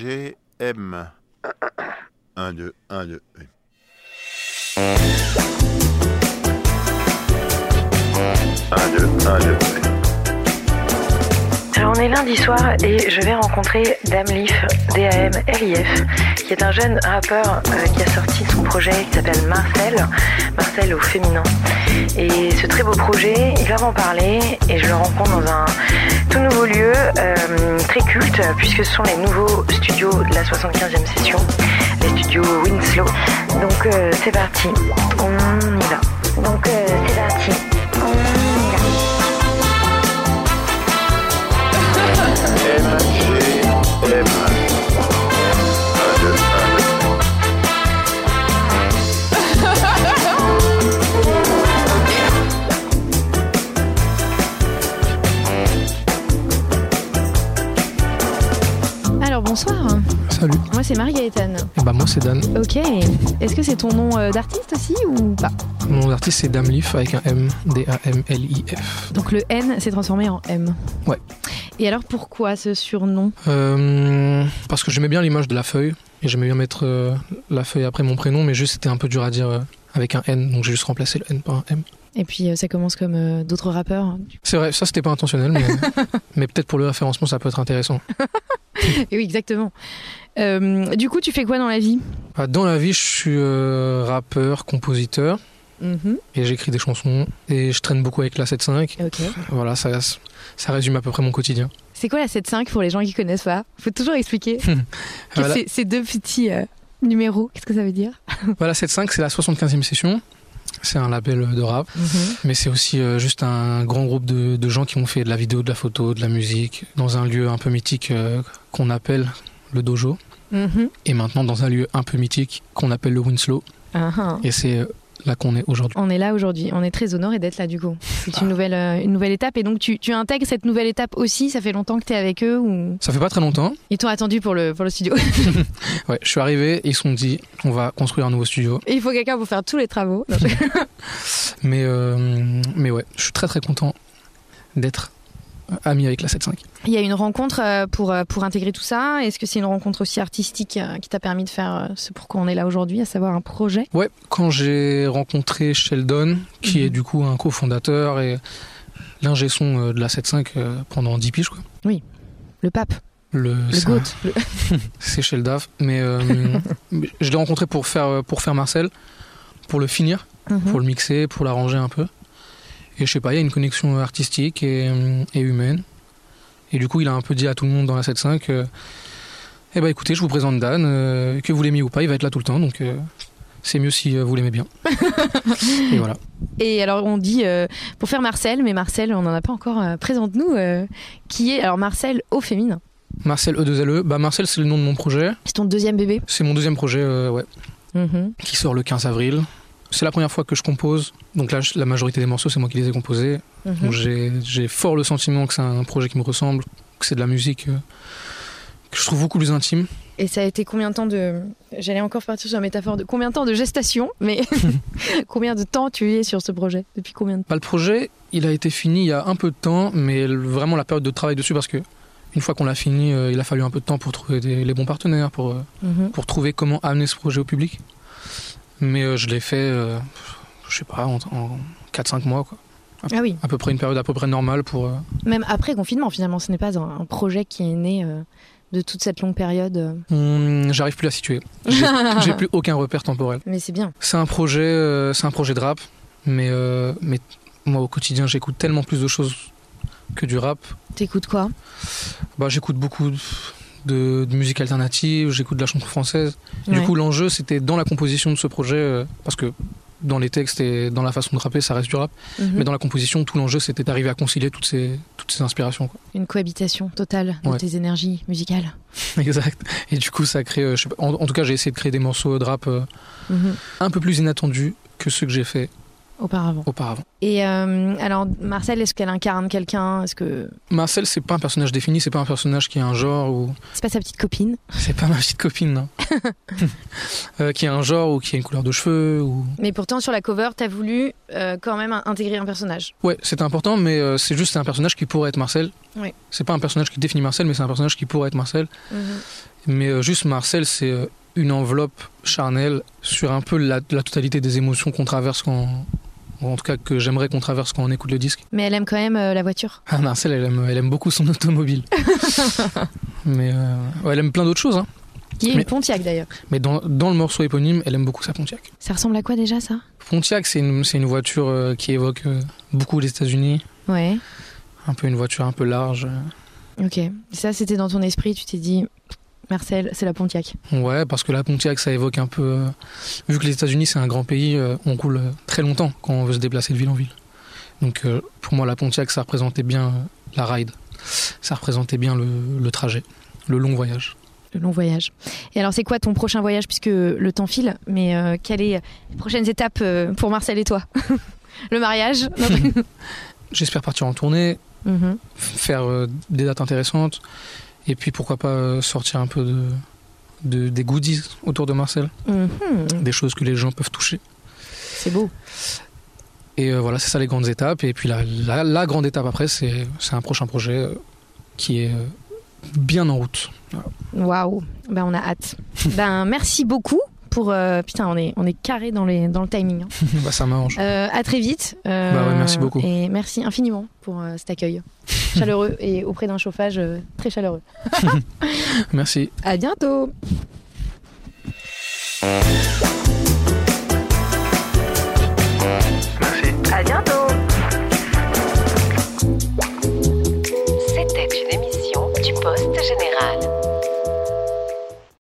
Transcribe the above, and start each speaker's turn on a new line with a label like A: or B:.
A: MGM. 1, 2, 1, 2.
B: Alors on est lundi soir et je vais rencontrer Damlif, D-A-M-L-I-F, qui est un jeune rappeur euh, qui a sorti son projet qui s'appelle Marcel, Marcel au féminin. Et ce très beau projet, il va m'en parler et je le rencontre dans un tout nouveau lieu euh, très culte puisque ce sont les nouveaux studios de la 75e session, les studios Winslow. Donc euh, c'est parti, on y va. Donc euh, c'est parti, on y va.
A: MGM.
C: Alors bonsoir,
D: Salut.
C: moi c'est Marie-Gaëtane.
D: Bah moi c'est Dan.
C: Ok, est-ce que c'est ton nom euh, d'artiste aussi ou pas
D: Mon nom d'artiste c'est Damlif avec un M D A M L I F.
C: Donc le N s'est transformé en M.
D: Ouais.
C: Et alors pourquoi ce surnom
D: Euh, parce que j'aimais bien l'image de la feuille et j'aimais bien mettre euh, la feuille après mon prénom, mais juste c'était un peu dur à dire euh, avec un N, donc j'ai juste remplacé le N par un M.
C: Et puis euh, ça commence comme euh, d'autres rappeurs.
D: C'est vrai, ça c'était pas intentionnel, mais, mais peut-être pour le référencement ça peut être intéressant.
C: Et Eh oui, exactement. Euh, du coup, tu fais quoi dans la vie
D: Bah, dans la vie je suis euh, rappeur, compositeur
C: Mm-hmm.
D: et j'écris des chansons et je traîne beaucoup avec la 7.5.
C: Ok.
D: Voilà, ça, ça résume à peu près mon quotidien.
C: C'est quoi la 7-5 pour les gens qui connaissent pas Faut toujours expliquer que
D: Voilà.
C: ces- ces deux petits euh, numéros, qu'est-ce que ça veut dire
D: Voilà, 7.5 c'est la 75e session. C'est un label euh, de rap.
C: Mm-hmm.
D: Mais c'est aussi euh, juste un grand groupe de, de gens qui ont fait de la vidéo, de la photo, de la musique, dans un lieu un peu mythique euh, qu'on appelle le dojo,
C: Mhm.
D: et maintenant dans un lieu un peu mythique qu'on appelle le Winslow,
C: Ah, ah.
D: et c'est euh, là qu'on est aujourd'hui.
C: On est là aujourd'hui, on est très honoré d'être là du coup. C'est une nouvelle, euh, une nouvelle étape et donc tu, tu intègres cette nouvelle étape aussi, ça fait longtemps que tu es avec eux ou
D: Ça fait pas très longtemps.
C: ils t'ont attendu pour le, pour le studio
D: Ouais, je suis arrivé, ils se sont dit on va construire un nouveau studio.
C: Et il faut quelqu'un pour faire tous les travaux. Non, je-
D: Mais, euh, mais ouais, je suis très très content d'être euh, ami avec la 7.5.
C: Il y a une rencontre euh, pour, euh, pour intégrer tout ça. Est-ce que c'est une rencontre aussi artistique euh, qui t'a permis de faire euh, ce pourquoi on est là aujourd'hui, à savoir un projet
D: Ouais, quand j'ai rencontré Sheldon, qui
C: Mhm.
D: est du coup un cofondateur et l'ingé son euh, de la 7.5 euh, pendant 10 piges, quoi.
C: Le pape,
D: Le,
C: le
D: c'est-
C: goat. le-
D: C'est chez le DAF, mais euh, mais je l'ai rencontré pour faire, euh, pour faire Marcel, pour le finir,
C: Mhm.
D: pour le mixer, pour l'arranger un peu. Et je sais pas, il y a une connexion artistique et, euh, et humaine. Et du coup, il a un peu dit à tout le monde dans la 7.5 euh, Eh ben écoutez, je vous présente Dan, euh, que vous l'aimiez ou pas, il va être là tout le temps, donc euh, c'est mieux si euh, vous l'aimez bien. et voilà.
C: Et alors on dit euh, pour faire Marcel, mais Marcel, on n'en a pas encore. euh, Présente-nous euh, qui est alors Marcel au féminin.
D: Marcel E2LE, bah Marcel, c'est le nom de mon projet.
C: C'est ton deuxième bébé.
D: C'est mon deuxième projet, euh, ouais.
C: Mhm.
D: qui sort le 15 avril. C'est la première fois que je compose, donc là, je- la majorité des morceaux, c'est moi qui les ai composés.
C: Mhm.
D: Donc j'ai j'ai fort le sentiment que c'est un projet qui me ressemble, que c'est de la musique euh, que je trouve beaucoup plus intime.
C: Et ça a été combien de temps de. J'allais encore partir sur la métaphore de combien de temps de gestation, mais combien de temps tu es sur ce projet Depuis combien de temps
D: Bah, le projet, il a été fini il y a un peu de temps, mais le- vraiment la période de travail dessus, parce que une fois qu'on l'a fini, euh, il a fallu un peu de temps pour trouver des- les bons partenaires, pour, euh,
C: Mhm.
D: pour trouver comment amener ce projet au public. Mais euh, je l'ai fait, euh, je sais pas, en, en 4-5 mois, quoi.
C: Ah oui,
D: à peu près une période à peu près normale pour... euh,
C: même après confinement finalement, ce n'est pas un un projet qui est né euh, de toute cette longue période. euh.
D: Hmm, J'arrive plus à situer. J'ai j'ai plus aucun repère temporel.
C: Mais c'est bien.
D: C'est un projet, euh, c'est un projet de rap, mais euh, mais moi au quotidien j'écoute tellement plus de choses que du rap.
C: T'écoutes quoi
D: Bah j'écoute beaucoup de, de musique alternative, j'écoute de la chanson française. Du
C: Ouais.
D: coup l'enjeu c'était dans la composition de ce projet euh, parce que dans les textes et dans la façon de rapper ça reste du rap,
C: Mhm.
D: mais dans la composition tout l'enjeu c'était d'arriver à concilier toutes ces toutes ces inspirations. quoi.
C: Une cohabitation totale de
D: Ouais.
C: tes énergies musicales.
D: Exact. Et du coup ça crée, euh, je sais pas-
C: Mhm.
D: en, en tout cas j'ai essayé de créer des morceaux de rap. euh, un peu plus inattendu que ceux que j'ai fait
C: auparavant.
D: auparavant.
C: Et euh, alors, Marcel, est-ce qu'elle incarne quelqu'un Est-ce que
D: Marcel, c'est pas un personnage défini, c'est pas un personnage qui a un genre ou.
C: c'est pas sa petite copine
D: C'est pas ma petite copine, non. Euh, qui a un genre ou qui a une couleur de cheveux ou.
C: Mais pourtant, sur la cover, t'as voulu euh, quand même intégrer un personnage.
D: Ouais, c'est important, mais euh, c'est juste un personnage qui pourrait être Marcel.
C: Oui.
D: C'est pas un personnage qui définit Marcel, mais c'est un personnage qui pourrait être Marcel.
C: Mhm.
D: Mais euh, juste Marcel, c'est euh, une enveloppe charnelle sur un peu la, la totalité des émotions qu'on traverse quand. ou en tout cas, que j'aimerais qu'on traverse quand on écoute le disque.
C: Mais elle aime quand même euh, la voiture.
D: Ah, Marcel, elle aime, elle aime beaucoup son automobile. mais euh, ouais, elle aime plein d'autres choses. hein.
C: Qui est une
D: Mais-
C: Pontiac d'ailleurs.
D: Mais dans, dans le morceau éponyme, elle aime beaucoup sa Pontiac.
C: Ça ressemble à quoi déjà ça
D: Pontiac, c'est une, c'est une voiture euh, qui évoque euh, beaucoup les États-Unis.
C: Ouais.
D: Un peu une voiture un peu large.
C: Ok. Ça, c'était dans ton esprit. Tu t'es dit, Marcel, c'est la Pontiac.
D: Ouais, parce que la Pontiac, ça évoque un peu. euh, vu que les États-Unis, c'est un grand pays, euh, on roule euh, très longtemps quand on veut se déplacer de ville en ville. Donc euh, pour moi, la Pontiac, ça représentait bien euh, la ride. Ça représentait bien le, le trajet, le long voyage.
C: Le long voyage. Et alors, c'est quoi ton prochain voyage puisque le temps file Mais euh, quelles sont les prochaines étapes euh, pour Marcel et toi Le mariage Non.
D: J'espère partir en tournée,
C: Mhm.
D: faire euh, des dates intéressantes, et puis pourquoi pas euh, sortir un peu de, de- des goodies autour de Marcel,
C: Mhm.
D: des choses que les gens peuvent toucher.
C: C'est beau.
D: Et euh, voilà, c'est ça les grandes étapes. Et puis la, la, la grande étape après, c'est c'est un prochain projet euh, qui est euh, bien en route.
C: Waouh. Ben, on a hâte. ben, merci beaucoup. Pour, euh, putain, on est, on est carré dans, les, dans le timing. hein.
D: bah, ça m'arrange.
C: Euh, à très vite. euh,
D: Bah ouais, merci beaucoup.
C: Et merci infiniment pour euh, cet accueil chaleureux et auprès d'un chauffage euh, très chaleureux.
D: Merci.
C: À bientôt.